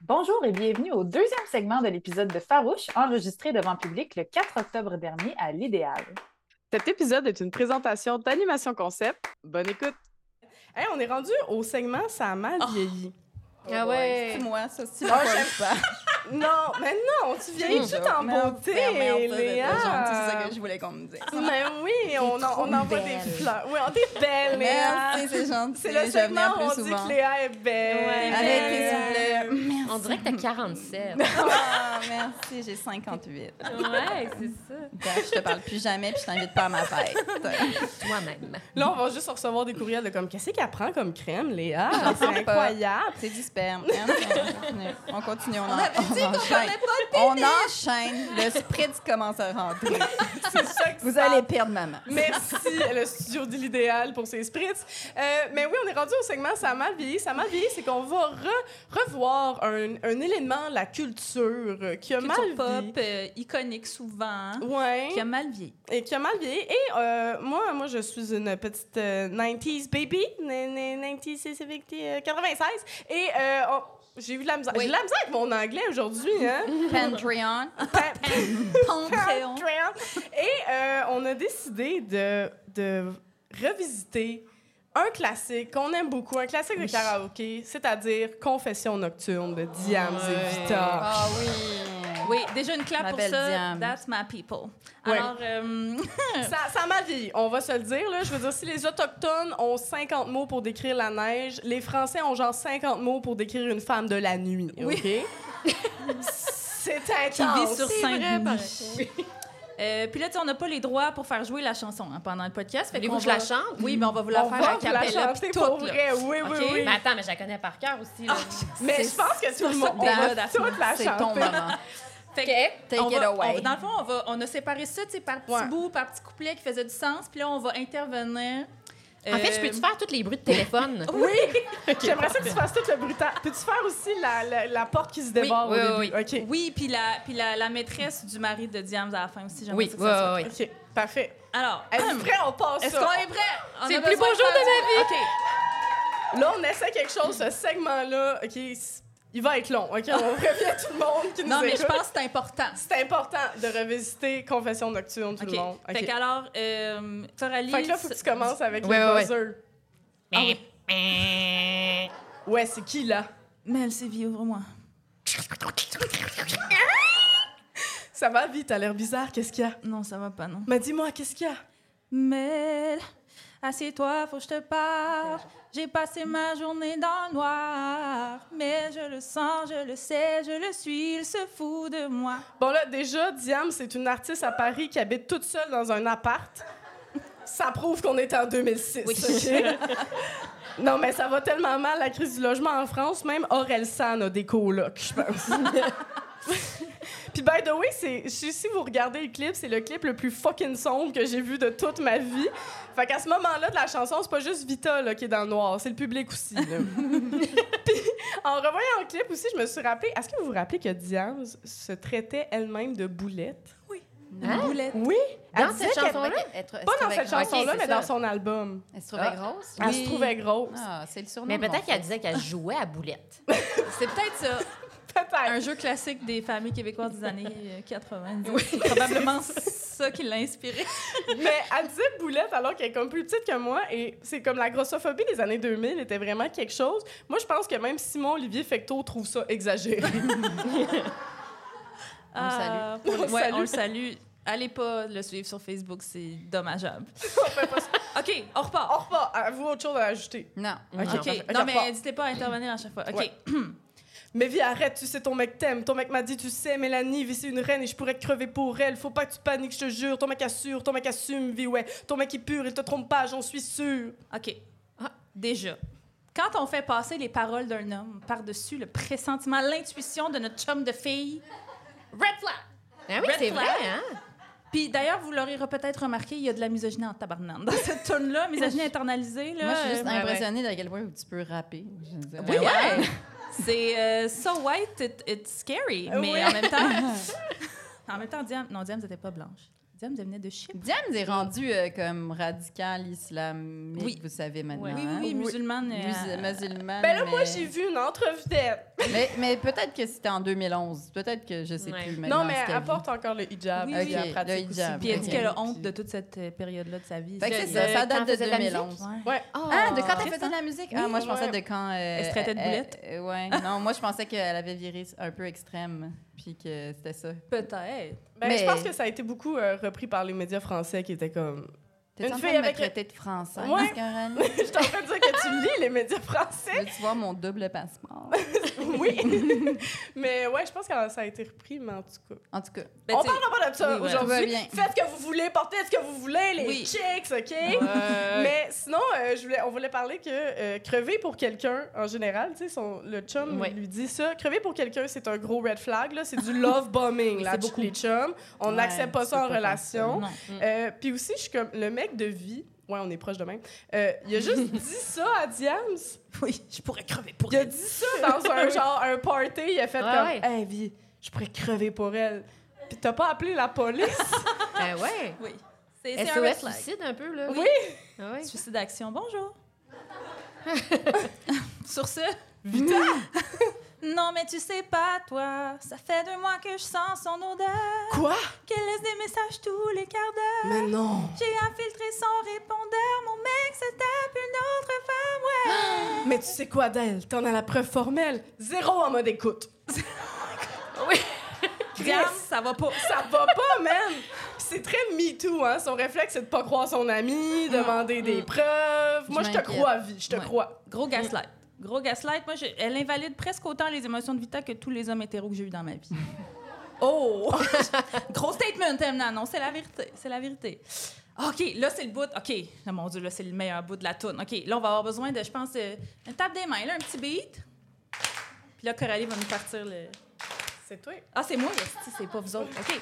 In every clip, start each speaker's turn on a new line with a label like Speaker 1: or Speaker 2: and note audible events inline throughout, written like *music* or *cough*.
Speaker 1: Bonjour et bienvenue au deuxième segment de l'épisode de Farouche, enregistré devant public le 4 octobre dernier à l'Idéal.
Speaker 2: Cet épisode est une présentation d'Animation Concept. Bonne écoute!
Speaker 3: Hey, on est rendu au segment Ça a
Speaker 4: Oh.
Speaker 3: mal vieilli.
Speaker 4: Ah ouais. C'est moi, ça, c'est moi.
Speaker 3: Ah, j'aime Non, mais non, tu vieillis
Speaker 4: Mmh.
Speaker 3: tout en beauté, Léa.
Speaker 4: C'est ça
Speaker 3: *laughs*
Speaker 4: que je voulais qu'on me dise.
Speaker 3: Mais oui, on, en- on
Speaker 4: trop
Speaker 3: envoie
Speaker 4: belle.
Speaker 3: des fleurs. Oui, on est belle, Léa.
Speaker 4: Merci, c'est gentil.
Speaker 3: C'est
Speaker 4: je
Speaker 3: le
Speaker 4: vais venir
Speaker 3: segment où
Speaker 4: plus
Speaker 3: on dit
Speaker 4: souvent.
Speaker 3: que Léa est belle.
Speaker 5: Ouais.
Speaker 4: Arrêtez, s'il vous plaît. Merci.
Speaker 5: On dirait que t'as 47.
Speaker 4: Ah, merci, j'ai 58.
Speaker 5: ouais, c'est ça.
Speaker 4: Ben, je te parle plus jamais puis je t'invite pas à ma fête.
Speaker 5: Toi-même.
Speaker 3: Là, on va juste recevoir des courriels de comme qu'est-ce qu'elle prend comme crème, Léa
Speaker 4: Je sais
Speaker 3: C'est
Speaker 4: pas.
Speaker 3: incroyable.
Speaker 4: C'est du sperme. On continue. On continue. On, en- on enchaîne.
Speaker 5: pas
Speaker 4: On enchaîne. Le spritz commence à *laughs* rentrer.
Speaker 3: C'est ça que
Speaker 4: Vous
Speaker 3: ça
Speaker 4: allez perdre maman.
Speaker 3: Merci le studio de l'idéal pour ses spritz. Euh, mais oui, on est rendu au segment Ça a mal vieilli. Ça a mal vieilli, c'est qu'on va re- revoir un, un élément de la culture euh, qui a mal
Speaker 4: Culture
Speaker 3: vieilli.
Speaker 4: euh, iconique souvent, hein.
Speaker 3: Ouais,
Speaker 4: mal vieilli.
Speaker 3: et qui a mal vieilli. Et euh, moi, moi, je suis une petite euh, 90s baby, N- n- 90s, c'est- c'est- euh, 96. Et euh, on- j'ai eu de la misère.
Speaker 4: Oui.
Speaker 3: J'ai de la misère avec mon anglais aujourd'hui, hein?
Speaker 4: Patreon.
Speaker 3: Pa-
Speaker 4: Patreon.
Speaker 3: Et euh, on a décidé de, de revisiter un classique qu'on aime beaucoup, un classique de karaoké, c'est-à-dire Confession nocturne de Diane et Vita.
Speaker 4: Ah oui.
Speaker 6: Oui, déjà une
Speaker 3: Ah,
Speaker 6: clap
Speaker 4: Ma
Speaker 6: pour
Speaker 4: belle
Speaker 6: ça.
Speaker 4: Diane.
Speaker 6: That's my people.
Speaker 3: Ouais.
Speaker 6: Alors, euh, *laughs*
Speaker 3: Ça, ça m'a vie, on va se le dire. Là. Je veux dire, si les Autochtones ont 50 mots pour décrire la neige, les Français ont genre 50 mots pour décrire une femme de la nuit. OK?
Speaker 6: *laughs*
Speaker 3: Ah, C'est intense.
Speaker 6: qui vit sur
Speaker 4: c'est vrai,
Speaker 6: Saint-Denis. Euh, puis là, tu sais, on n'a pas les droits pour faire jouer la chanson hein, pendant le podcast. Fait
Speaker 5: Voulez-vous
Speaker 6: qu'on
Speaker 5: que je la
Speaker 6: va-
Speaker 5: chante?
Speaker 6: Oui, mais on va vous la
Speaker 3: On
Speaker 6: faire
Speaker 3: va
Speaker 6: à
Speaker 3: vous la
Speaker 6: capella puis
Speaker 3: chanter
Speaker 6: tout,
Speaker 3: pour
Speaker 6: là.
Speaker 3: vrai. Oui, oui,
Speaker 6: OK?
Speaker 3: oui.
Speaker 5: Mais Ben, attends, mais je la connais par cœur aussi. Là.
Speaker 3: Mais je pense que tout le monde
Speaker 6: ça que
Speaker 3: on va
Speaker 6: Daphne,
Speaker 3: toute la
Speaker 4: C'est ton
Speaker 3: chanter.
Speaker 4: moment.
Speaker 6: Fait que
Speaker 5: OK.
Speaker 4: Take
Speaker 6: on
Speaker 4: it
Speaker 6: va-
Speaker 4: away.
Speaker 6: on- dans le fond, on, va- on a séparé ça tu sais, par petits
Speaker 3: Ouais.
Speaker 6: bouts, par petits couplets qui faisaient du sens. Puis là, on va intervenir. euh,
Speaker 5: En fait, je peux-tu faire tous les bruits de *laughs* téléphone?
Speaker 3: Oui! J'aimerais ça que tu fasses tout le brutal. Peux-tu faire aussi la, la, la porte qui se
Speaker 6: Oui,
Speaker 3: dévore
Speaker 6: oui,
Speaker 3: au
Speaker 6: oui,
Speaker 3: début?
Speaker 6: oui. Oui, puis la, puis la, la maîtresse du mari de Diams à la fin aussi. j'aimerais
Speaker 5: Oui,
Speaker 6: ça que
Speaker 5: oui,
Speaker 6: ça soit-
Speaker 5: oui.
Speaker 3: OK. OK, parfait. Hum,
Speaker 6: Alors, hum,
Speaker 3: Est-ce prêt? On passe
Speaker 6: Est-ce
Speaker 3: ça.
Speaker 6: qu'on est prêt? On
Speaker 5: C'est
Speaker 6: a
Speaker 5: le plus
Speaker 6: besoin
Speaker 5: beau jour
Speaker 6: faire-
Speaker 5: de
Speaker 3: Là, on essaie quelque chose, ce segment-là. OK, c- il va être long. OK,
Speaker 6: *laughs*
Speaker 3: on revient tout le monde qui nous
Speaker 6: Non, mais
Speaker 3: écoute.
Speaker 6: je pense que c'est important.
Speaker 3: C'est important de revisiter Confession nocturne, tout
Speaker 6: OK.
Speaker 3: le monde. OK.
Speaker 6: Fait qu'alors, euh, Coralie...
Speaker 3: Fait que là, faut que tu commences avec
Speaker 5: Ouais,
Speaker 3: les
Speaker 5: ouais, ouais.
Speaker 3: buzzers.
Speaker 6: Ah oui.
Speaker 3: Ouais, c'est qui, là?
Speaker 6: Mel, c'est vieux, ouvre-moi.
Speaker 3: Ça va vite, t'as l'air bizarre. Qu'est-ce qu'il y a?
Speaker 6: Non, ça va pas, non.
Speaker 3: Mais dis-moi, qu'est-ce qu'il y a?
Speaker 6: Mel, assieds-toi, faut que je te parle. J'ai passé ma journée dans le noir. Mais je le sens, je le sais, je le suis, il se fout de moi.
Speaker 3: Bon, là, déjà, Diam, c'est une artiste à Paris qui habite toute seule dans un appart. Ça prouve qu'on est en 2006.
Speaker 5: *laughs*
Speaker 3: OK? non, mais ça va tellement mal, la crise du logement en France. Même Aurel San a des colocs, je
Speaker 5: *laughs*
Speaker 3: pense. Puis, by the way, c'est- si si vous regardez le clip, c'est le clip le plus fucking sombre que j'ai vu de toute ma vie. Fait qu'à ce moment-là de la chanson, c'est pas juste Vita là, qui est dans le noir, c'est le public aussi.
Speaker 5: *laughs*
Speaker 3: là. Puis, en revoyant le clip aussi, je me suis rappelé. Est-ce que vous vous rappelez que Diane se traitait elle-même de boulette?
Speaker 5: Hein?
Speaker 6: Boulette.
Speaker 3: Oui. Elle
Speaker 5: Dans
Speaker 3: disait
Speaker 5: cette
Speaker 3: qu'elle-
Speaker 5: chanson-là?
Speaker 3: Pas dans cette chanson-là,
Speaker 5: Ok,
Speaker 3: mais
Speaker 5: c'est
Speaker 3: dans
Speaker 5: ça.
Speaker 3: son album.
Speaker 4: Elle se trouvait
Speaker 5: Ah.
Speaker 4: grosse?
Speaker 3: Elle se trouvait grosse.
Speaker 4: Ah, c'est le surnom.
Speaker 5: Mais
Speaker 4: de mon
Speaker 5: peut-être
Speaker 4: frère.
Speaker 5: qu'elle disait qu'elle jouait à boulette.
Speaker 6: C'est peut-être ça, *laughs* un
Speaker 3: Peut-être.
Speaker 6: jeu classique des familles québécoises des années euh, 90. C'est probablement ça qui l'a inspiré.
Speaker 3: mais elle disait boulette alors qu'elle est comme plus petite que moi. Et c'est comme la grossophobie des années 2000 était vraiment quelque chose. Moi, je pense que même Simon-Olivier Fecteau trouve ça *laughs* exagéré.
Speaker 4: On le salue.
Speaker 6: Ah, pour le-
Speaker 3: On le
Speaker 6: ouais,
Speaker 3: salue.
Speaker 6: on le salue. Allez pas le suivre sur Facebook, c'est *laughs* dommageable. OK, on repart.
Speaker 3: Or pas, avez-vous autre chose à ajouter?
Speaker 4: Non.
Speaker 3: Ok.
Speaker 6: OK,
Speaker 3: on
Speaker 6: non,
Speaker 3: repart.
Speaker 6: mais n'hésitez pas à intervenir à chaque fois. OK.
Speaker 3: Ouais. Mais vie, arrête, tu sais, ton mec t'aime. Ton mec m'a dit, tu sais, Mélanie, vie, c'est une reine et je pourrais crever pour elle. Faut pas que tu paniques, je te jure. Ton mec assure, ton mec assume, vie, ouais. Ton mec est pur, il te trompe pas, j'en suis sûre.
Speaker 6: OK. Ah, déjà. Quand on fait passer les paroles d'un homme par-dessus le pressentiment, l'intuition de notre chum de fille, red flag!
Speaker 5: Ah oui,
Speaker 6: Red
Speaker 5: c'est
Speaker 6: flag.
Speaker 5: vrai, hein?
Speaker 6: Puis d'ailleurs, vous l'aurez peut-être remarqué, il y a de la misogynie en tabarnane dans cette
Speaker 4: *laughs*
Speaker 6: tune-là, misogynie internalisée. Là,
Speaker 4: Moi, je suis juste
Speaker 6: euh,
Speaker 4: impressionnée de quel point tu peux rapper. je veux dire.
Speaker 6: Oui, ouais. C'est euh, so white, it- it's scary, mais
Speaker 3: Oui.
Speaker 4: *laughs*
Speaker 6: en même temps. en même temps, Diam, non, Diam, c'était pas blanche. Diam, ça venait de Chypre.
Speaker 4: Diane est rendue euh, comme radicale islamique,
Speaker 7: Oui.
Speaker 4: vous savez maintenant.
Speaker 7: Ouais.
Speaker 6: Oui, oui,
Speaker 4: hein?
Speaker 6: oui, musulmane. euh,
Speaker 4: Mus- musulmane.
Speaker 3: Ben là, moi,
Speaker 4: Ah, mais-
Speaker 3: j'ai vu une autre vedette.
Speaker 4: Mais, mais peut-être que c'était en 2011. Peut-être que je sais
Speaker 5: Ouais.
Speaker 4: plus maintenant.
Speaker 3: Non, mais
Speaker 4: ce qu'elle
Speaker 3: elle porte encore le hijab.
Speaker 6: Oui,
Speaker 3: puis
Speaker 6: oui.
Speaker 3: elle
Speaker 4: Ok,
Speaker 3: pratique
Speaker 4: le
Speaker 3: aussi.
Speaker 4: hijab.
Speaker 6: euh, Puis elle dit
Speaker 4: Ok.
Speaker 6: qu'elle a honte de toute cette euh, période-là de sa vie.
Speaker 4: Fait que c'est
Speaker 5: De-
Speaker 4: ça, ça
Speaker 5: quand
Speaker 4: date
Speaker 5: elle
Speaker 4: de
Speaker 5: faisait de la musique?
Speaker 4: 2011.
Speaker 6: Ouais.
Speaker 4: Ah, de quand
Speaker 5: Ah.
Speaker 4: elle faisait de la musique? Ah,
Speaker 3: Oui,
Speaker 4: moi, je pensais
Speaker 3: ouais.
Speaker 4: de quand... euh,
Speaker 6: Elle se traitait de boulette?
Speaker 4: euh, ouais. non, moi, je pensais qu'elle avait viré un peu extrême, puis que c'était ça.
Speaker 6: Peut-être.
Speaker 3: Ben,
Speaker 4: Mais-
Speaker 3: Je pense que ça a été beaucoup euh, repris par les médias français qui étaient comme. *laughs*
Speaker 4: T'es
Speaker 3: Une
Speaker 4: en train
Speaker 3: fille
Speaker 4: de me
Speaker 3: avec-
Speaker 4: traiter de française,
Speaker 3: Ouais.
Speaker 4: Karen?
Speaker 3: Je suis en train de dire que tu lis les médias français.
Speaker 4: Veux-tu voir mon double passeport?
Speaker 3: Oui. mais ouais, je pense que ça a été repris, mais en tout cas.
Speaker 4: En tout cas,
Speaker 7: Ben,
Speaker 3: on
Speaker 7: t'sais,
Speaker 3: parlera pas de ça
Speaker 7: oui, ouais.
Speaker 4: Tout va
Speaker 3: aujourd'hui.
Speaker 4: bien.
Speaker 3: Faites ce que vous voulez, portez ce que vous voulez, les
Speaker 7: Oui.
Speaker 3: chicks, OK?
Speaker 2: Euh,
Speaker 3: Mais sinon, euh, je voulais, on voulait parler que euh, crever pour quelqu'un, en général, tu sais, son- le chum
Speaker 5: Ouais.
Speaker 3: lui dit ça. Crever pour quelqu'un, c'est un gros red flag, là. C'est du love bombing, là,
Speaker 5: c'est
Speaker 3: chez les chums. On
Speaker 4: Ouais,
Speaker 3: n'accepte pas
Speaker 4: tu
Speaker 3: ça
Speaker 4: peux
Speaker 3: en
Speaker 4: pas faire
Speaker 3: relation.
Speaker 6: Non.
Speaker 3: Euh, Puis aussi, je suis comme le mec de vie. Ouais, on est proche de même. Euh, il a *laughs* juste dit ça à Diams.
Speaker 6: Oui, je pourrais crever pour
Speaker 3: Il a dit ça dans *laughs* un genre un party. Il a fait
Speaker 5: Ouais,
Speaker 3: comme
Speaker 5: ouais.
Speaker 3: Hey, vie, je pourrais crever pour elle. Puis t'as pas appelé la police?
Speaker 5: Ben ouais.
Speaker 6: Oui. C'est c'est un red
Speaker 5: SOS
Speaker 6: flag.
Speaker 5: suicide un peu, là.
Speaker 3: Oui.
Speaker 5: Ah ouais.
Speaker 6: Suicide d'action. Bonjour. Sur ce. *laughs* non, mais tu sais pas, toi. Ça fait deux mois que je sens son odeur.
Speaker 3: *laughs* Quoi?
Speaker 6: Qu'elle laisse des messages tous les quarts d'heure.
Speaker 3: Mais non.
Speaker 6: J'ai infiltré son répondeur. Mon mec se tape une autre femme. Ouais.
Speaker 3: Mais tu sais quoi d'elle? T'en as la preuve formelle. Zéro en mode écoute.
Speaker 6: Diam, ça va pas.
Speaker 3: Ça va pas, man! Puis c'est très me too, hein? Son réflexe, c'est de pas croire son ami, demander des preuves. Moi, je te
Speaker 4: m'inquiète.
Speaker 3: crois, vie, je te
Speaker 6: Ouais.
Speaker 3: crois.
Speaker 6: Gros gaslight. Gros gaslight. Moi, je- elle invalide presque autant les émotions de Vita que tous les hommes hétéros que j'ai eus dans ma vie.
Speaker 3: Oh!
Speaker 6: *laughs* Gros statement, Em, non, non, c'est la vérité. C'est la vérité. OK, là, c'est le bout. OK, là, mon Dieu, là, c'est le meilleur bout de la toune. OK, là, on va avoir besoin de, je pense, euh, une tape des mains, là, un petit beat. Puis là, Coralie va nous partir le.
Speaker 3: c'est toi.
Speaker 6: Ah, c'est moi, esti, c'est pas vous autres. OK.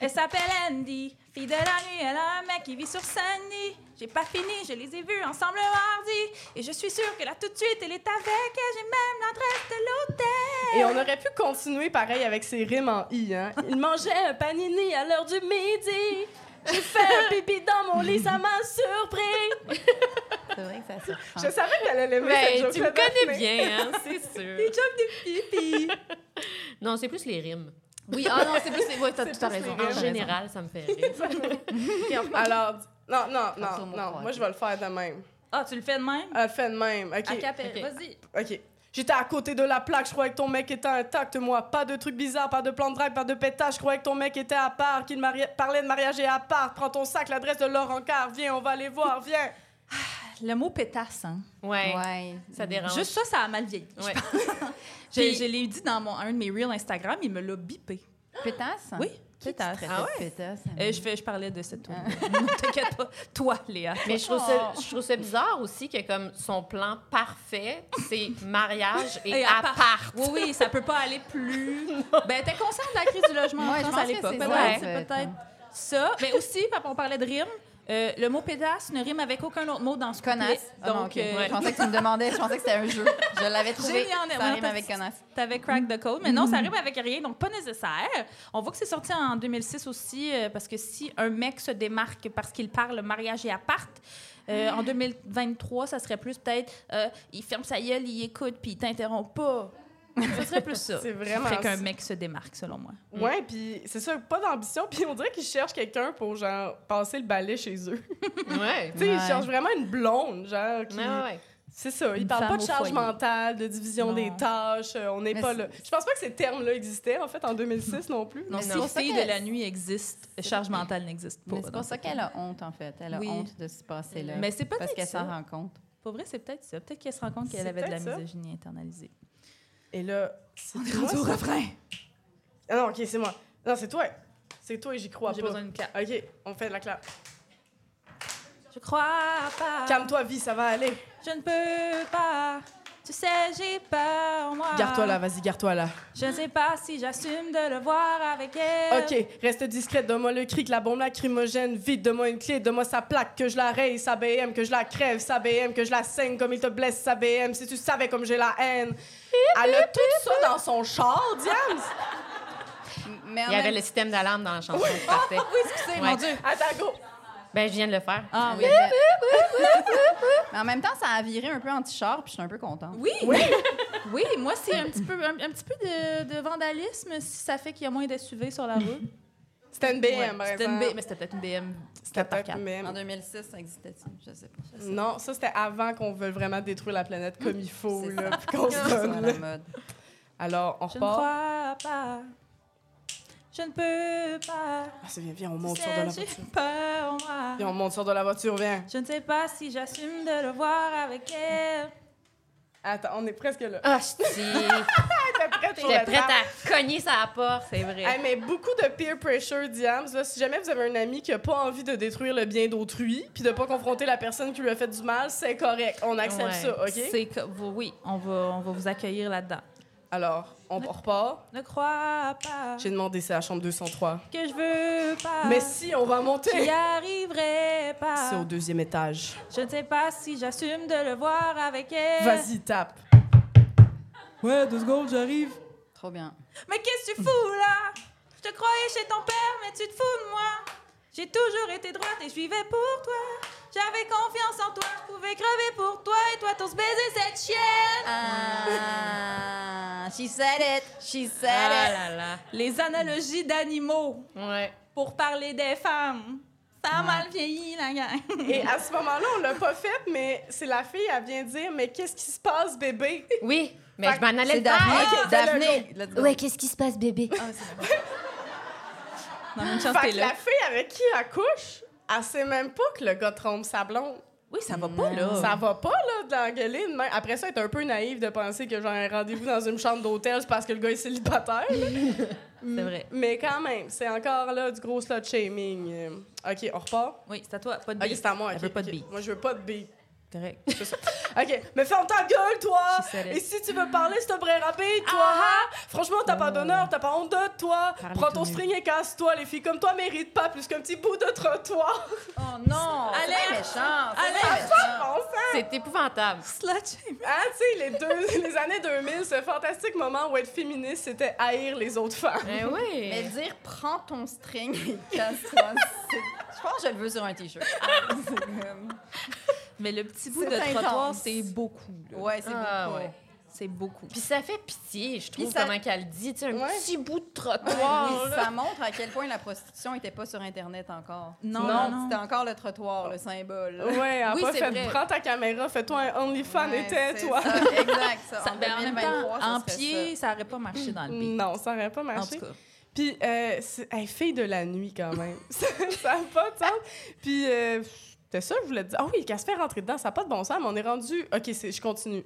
Speaker 6: Elle s'appelle Andy, fille de la nuit, elle a un mec qui vit sur Sandy. J'ai pas fini, je les ai vus ensemble mardi. Et je suis sûre que là, tout de suite, elle est avec elle. J'ai même l'adresse de l'hôtel.
Speaker 3: Et on aurait pu continuer pareil avec ses rimes en i, hein? Il mangeait un panini à l'heure du midi. J'ai fait un pipi dans mon lit, ça m'a surpris.
Speaker 4: c'est vrai que ça surprend.
Speaker 3: Je savais qu'elle allait aimer cette
Speaker 5: Ah. Ben,
Speaker 3: joke
Speaker 5: tu me connais bien, hein, c'est *laughs* sûr.
Speaker 6: pipi.
Speaker 5: Non, c'est plus les rimes. Oui, ah non, c'est plus les... Ouais, t'as tout à
Speaker 3: plus
Speaker 5: raison.
Speaker 3: les rimes.
Speaker 5: En général, ça me fait rire. *laughs*
Speaker 3: Alors, non, non, non,
Speaker 4: Sur mon
Speaker 3: non.
Speaker 4: croix,
Speaker 3: Moi, je vais le faire de même.
Speaker 6: Ah, tu le fais de même?
Speaker 3: Elle le fait de même. OK.
Speaker 6: À capelle,
Speaker 5: ok.
Speaker 6: vas-y.
Speaker 3: OK. J'étais à côté de la plaque, je croyais que ton mec était intact, moi. Pas de trucs bizarres, pas de plan de drague, pas de pétage. Je croyais que ton mec était à part, qu'il mari- parlait de mariage et à part. Prends ton sac, l'adresse de Laurent Car, viens, on va aller voir, viens.
Speaker 6: Le mot pétasse, hein?
Speaker 5: Ouais,
Speaker 4: Ouais.
Speaker 5: ça dérange.
Speaker 6: Juste ça, ça a mal vieilli.
Speaker 5: Ouais.
Speaker 6: *laughs* Je,
Speaker 5: Puis-
Speaker 6: je l'ai dit dans mon, un de mes reels Instagram, il me l'a bipé.
Speaker 4: Pétasse?
Speaker 6: Oui,
Speaker 4: Qui tu
Speaker 6: pétasse.
Speaker 4: traitais
Speaker 5: Ah
Speaker 4: de pétasse?
Speaker 6: Euh, je, fais- je parlais de cette tour. *laughs* Non, T'inquiète pas. Toi, Léa.
Speaker 5: Mais je trouve, ça, je trouve ça bizarre aussi que comme son plan parfait, c'est mariage et,
Speaker 6: Et appart.
Speaker 5: appart.
Speaker 6: Oui, oui, ça peut pas aller plus. ben, t'es consciente de la crise du logement en
Speaker 4: Ouais, je
Speaker 6: France
Speaker 4: pense
Speaker 6: à
Speaker 4: que
Speaker 6: l'époque.
Speaker 4: c'est
Speaker 6: Peut-être,
Speaker 5: ça,
Speaker 6: c'est
Speaker 4: ouais.
Speaker 6: peut-être ça. Mais aussi, papa, on parlait de rime. euh, le mot pédasse ne rime avec aucun autre mot dans ce
Speaker 4: Connasse.
Speaker 6: couplet.
Speaker 4: Ah non,
Speaker 6: Donc,
Speaker 4: ok.
Speaker 6: euh,
Speaker 4: Je pensais que tu me demandais, je pensais que c'était un jeu. Je l'avais trouvé.
Speaker 6: J'ai mis en
Speaker 4: ça
Speaker 6: erreur,
Speaker 4: rime
Speaker 6: t'as-
Speaker 4: avec connasse.
Speaker 6: T'avais crack the code, mais non,
Speaker 4: Mm.
Speaker 6: ça arrive avec rien, donc pas nécessaire. On voit que c'est sorti en 2006 aussi, euh, parce que si un mec se démarque parce qu'il parle mariage et appart, euh,
Speaker 4: Mm.
Speaker 6: en 2023, ça serait plus peut-être euh, il ferme sa gueule, il écoute, puis il t'interrompt pas. ça serait
Speaker 4: *laughs*
Speaker 6: plus ça.
Speaker 3: C'est vraiment
Speaker 6: Fait qu'un
Speaker 3: ça.
Speaker 6: mec se démarque, selon moi.
Speaker 3: Ouais, puis c'est ça, pas d'ambition. *laughs* Puis on dirait qu'ils cherchent quelqu'un pour, genre, passer le balai chez eux. *laughs*
Speaker 5: Ouais.
Speaker 3: tu sais, ils
Speaker 4: Ouais.
Speaker 3: cherchent vraiment une blonde, genre, qui...
Speaker 5: Ouais, ouais, ouais.
Speaker 3: C'est ça, ils
Speaker 6: Une
Speaker 3: parlent pas
Speaker 6: femme
Speaker 3: de
Speaker 6: au
Speaker 3: charge
Speaker 6: foyer.
Speaker 3: mentale, de division
Speaker 6: Non.
Speaker 3: des tâches, euh, on n'est
Speaker 4: Mais
Speaker 3: pas
Speaker 4: c'est-
Speaker 3: là. Je pense pas que ces termes-là existaient, en fait, en 2006 non plus.
Speaker 6: Non,
Speaker 5: Mais
Speaker 6: si
Speaker 5: non.
Speaker 6: fille
Speaker 4: C'est-
Speaker 6: de la nuit existe, charge mentale n'existe
Speaker 4: Mais
Speaker 6: pas.
Speaker 4: c'est
Speaker 6: donc.
Speaker 4: pour ça qu'elle a honte, en fait. Elle a
Speaker 6: Oui.
Speaker 4: honte de se passer là.
Speaker 6: Mais c'est
Speaker 4: Parce
Speaker 6: peut-être
Speaker 4: qu'elle s'en
Speaker 6: ça.
Speaker 4: rend compte.
Speaker 6: Pour vrai, c'est peut-être ça. Peut-être qu'elle se rend compte qu'elle
Speaker 3: C'est
Speaker 6: avait de la
Speaker 3: peut-être ça.
Speaker 6: misogynie internalisée.
Speaker 3: Et là, c'est toi, ça?
Speaker 6: refrain.
Speaker 3: Ah non, OK, c'est moi. Non, c'est toi. C'est toi et j'y crois
Speaker 6: J'ai
Speaker 3: pas.
Speaker 6: besoin d'une clap.
Speaker 3: OK, on fait de la clap.
Speaker 6: Je crois pas.
Speaker 3: Calme-toi, vie, ça va aller.
Speaker 6: Je ne peux pas. Tu sais, j'ai peur, moi.
Speaker 3: vas-y, garde-toi là.
Speaker 6: Je ne sais pas si j'assume de le voir avec elle.
Speaker 3: OK, reste discrète, donne-moi le cric, la bombe lacrymogène, vite, donne-moi une clé, donne-moi sa plaque, que je la raye, sa BM, que je la crève, sa BM, que je la saigne comme il te blesse, sa BM, si tu savais comme j'ai la haine. Elle a tout ça dans son char, Diane!
Speaker 4: M- Ah, mais en
Speaker 5: Il y avait
Speaker 4: même-
Speaker 5: le système d'alarme dans la chanson qui partait.
Speaker 6: Oui, excusez,
Speaker 5: Ouais.
Speaker 6: mon Dieu.
Speaker 3: Attends, go!
Speaker 5: Ben, je viens de le faire.
Speaker 4: Ah oui. mais... mais en même temps, ça a viré un peu anti-char, puis je suis un peu contente.
Speaker 6: Oui, *laughs* oui. oui, moi, c'est un petit peu, un, un petit peu de, de vandalisme si ça fait qu'il y a moins d'SUV sur la route.
Speaker 3: C'était une
Speaker 6: Ouais,
Speaker 3: BM, par
Speaker 6: c'était une
Speaker 3: exemple.
Speaker 6: B- mais c'était peut-être une BM.
Speaker 3: C'était
Speaker 6: par
Speaker 3: peut-être
Speaker 6: quatre.
Speaker 3: une
Speaker 4: En
Speaker 3: BM.
Speaker 4: 2006, ça existait-il? Je sais pas. Je sais
Speaker 3: Non, ça, c'était avant qu'on veuille vraiment détruire la planète comme il
Speaker 4: pas.
Speaker 3: faut,
Speaker 4: C'est
Speaker 3: là,
Speaker 4: ça.
Speaker 3: puis qu'on se
Speaker 4: C'est ça,
Speaker 3: donne, là.
Speaker 4: la mode.
Speaker 3: Alors, on
Speaker 6: Je ne
Speaker 3: repart.
Speaker 6: crois pas. Je ne peux pas.
Speaker 3: Ah, c'est bien, viens, on monte sur de la
Speaker 6: J'ai
Speaker 3: voiture.
Speaker 6: peur en moi.
Speaker 3: Viens, on monte sur de la voiture, viens.
Speaker 6: Je ne sais pas si j'assume de le voir avec elle.
Speaker 3: Attends, on est presque là.
Speaker 5: Ah, je
Speaker 3: J'étais prête sur
Speaker 5: J'étais
Speaker 3: le
Speaker 5: prête
Speaker 3: table.
Speaker 5: à cogner sa porte, c'est
Speaker 3: Hey,
Speaker 5: vrai.
Speaker 3: mais beaucoup de peer pressure, Diams. Là, si jamais vous avez un ami qui a pas envie de détruire le bien d'autrui, puis de pas confronter la personne qui lui a fait du mal, c'est correct. On accepte
Speaker 5: Ouais.
Speaker 3: ça, ok
Speaker 6: C'est que- vous- oui, on va, on va vous accueillir là-dedans.
Speaker 3: Alors, on repart.
Speaker 6: Ne crois pas
Speaker 3: J'ai demandé c'est la chambre 203.
Speaker 6: que je veux pas.
Speaker 3: Mais si, on va monter.
Speaker 6: J'y arriverai pas.
Speaker 3: C'est au deuxième étage.
Speaker 6: Je ne sais pas si j'assume de le voir avec elle.
Speaker 3: Vas-y, tape. Ouais, deux secondes, j'arrive.
Speaker 4: Trop bien.
Speaker 6: Mais qu'est-ce que tu fous là Je te croyais chez ton père, mais tu te fous de moi. J'ai toujours été droite et je vivais pour toi. J'avais confiance en toi, je pouvais crever pour toi et toi t'oses baiser cette chienne.
Speaker 4: Ah, she said it, she said
Speaker 5: Ah
Speaker 4: it.
Speaker 5: là là.
Speaker 6: Les analogies d'animaux
Speaker 5: Ouais.
Speaker 6: pour parler des femmes. Ça a mal vieilli la gang.
Speaker 3: Et à ce moment-là, on l'a pas fait, mais c'est la fille, elle vient dire Mais qu'est-ce qui se passe, bébé
Speaker 5: Oui, mais je m'en allais Ah,
Speaker 4: C'est
Speaker 5: le faire.
Speaker 4: Daphné,
Speaker 3: ok,
Speaker 4: Daphné. let's go.
Speaker 7: qu'est-ce qui se passe, bébé?
Speaker 6: Non, mais une chance
Speaker 3: Fait
Speaker 6: Ah, t'es
Speaker 3: que
Speaker 6: là.
Speaker 3: la fille avec qui elle couche, elle sait même pas que le gars trompe sa blonde.
Speaker 6: Oui, ça va pas là.
Speaker 3: Ça va pas, là, de l'engueuler de même. Après ça, être un peu naïf de penser que j'ai un rendez-vous dans une chambre d'hôtel, c'est parce que le gars est célibataire. là.
Speaker 6: *laughs* C'est vrai.
Speaker 3: Mais quand même, c'est encore là du gros slut shaming. Euh, OK, on repart.
Speaker 6: Oui, c'est à toi, pas de
Speaker 3: OK,
Speaker 6: bise.
Speaker 3: c'est à moi.
Speaker 6: Elle
Speaker 3: ok,
Speaker 6: veut pas de
Speaker 3: ok.
Speaker 6: bise.
Speaker 3: Moi, je veux pas de billes.
Speaker 6: Correct.
Speaker 3: OK, mais ferme ta gueule, toi!
Speaker 6: She said it.
Speaker 3: Et si tu veux parler, c'est un vrai rapide, toi! hein?
Speaker 6: Ah!
Speaker 3: Franchement, t'as
Speaker 6: Oh.
Speaker 3: pas d'honneur, t'as pas honte de toi! Prends ton string et casse-toi, les filles comme toi méritent pas plus qu'un petit bout de trottoir!
Speaker 4: Oh non,
Speaker 6: Allez.
Speaker 4: c'est bien méchant. c'est
Speaker 6: Allez.
Speaker 4: bien
Speaker 6: Ah.
Speaker 4: méchant.
Speaker 3: Bon sang!
Speaker 5: C'est épouvantable.
Speaker 6: Slut shaming.
Speaker 3: Ah, tu sais, les, deux- *laughs* les années 2000, ce fantastique moment où être féministe, c'était haïr les autres femmes.
Speaker 5: Ben oui.
Speaker 4: Mais dire prends ton string et casse-toi, c'est- je pense que je le veux sur un t-shirt. C'est comme-
Speaker 6: Mais le petit bout
Speaker 4: C'est
Speaker 6: de trottoir,
Speaker 4: intense.
Speaker 6: c'est beaucoup. là.
Speaker 4: ouais, c'est
Speaker 5: Ah,
Speaker 4: beaucoup.
Speaker 5: ouais.
Speaker 6: C'est beaucoup.
Speaker 5: Puis ça fait pitié, je trouve,
Speaker 4: ça-
Speaker 5: comment qu'elle dit. Tu sais, un
Speaker 3: Ouais.
Speaker 5: petit bout de
Speaker 4: Ouais,
Speaker 5: trottoir.
Speaker 4: oui,
Speaker 5: là.
Speaker 4: ça montre à quel point la prostitution n'était pas sur Internet encore.
Speaker 6: Non,
Speaker 4: Non,
Speaker 6: non.
Speaker 4: c'était encore le trottoir, le symbole.
Speaker 3: Ouais, elle a
Speaker 5: Oui,
Speaker 3: pas
Speaker 5: c'est
Speaker 3: fait
Speaker 5: vrai.
Speaker 3: prends ta caméra, fais-toi un OnlyFans
Speaker 4: Ouais,
Speaker 3: et
Speaker 4: c'est
Speaker 3: tais-toi.
Speaker 4: ça, Ah, Exact, ça.
Speaker 6: Ça-
Speaker 4: en,
Speaker 6: ben, en même
Speaker 4: 2023,
Speaker 6: temps,
Speaker 4: ça
Speaker 6: en
Speaker 4: serait
Speaker 6: pied, ça n'aurait pas marché dans le pied.
Speaker 3: Non, ça aurait pas
Speaker 6: En
Speaker 3: marché.
Speaker 6: tout cas.
Speaker 3: Puis, euh, c'est- hey, fille de la nuit quand même. *laughs* ça n'a pas de sens. Puis, euh, c'était ça que je voulais te dire. Ah oui, qu'elle se fait rentrer dedans, ça n'a pas de bon sens, mais on est rendu. Ok, c'est- je continue.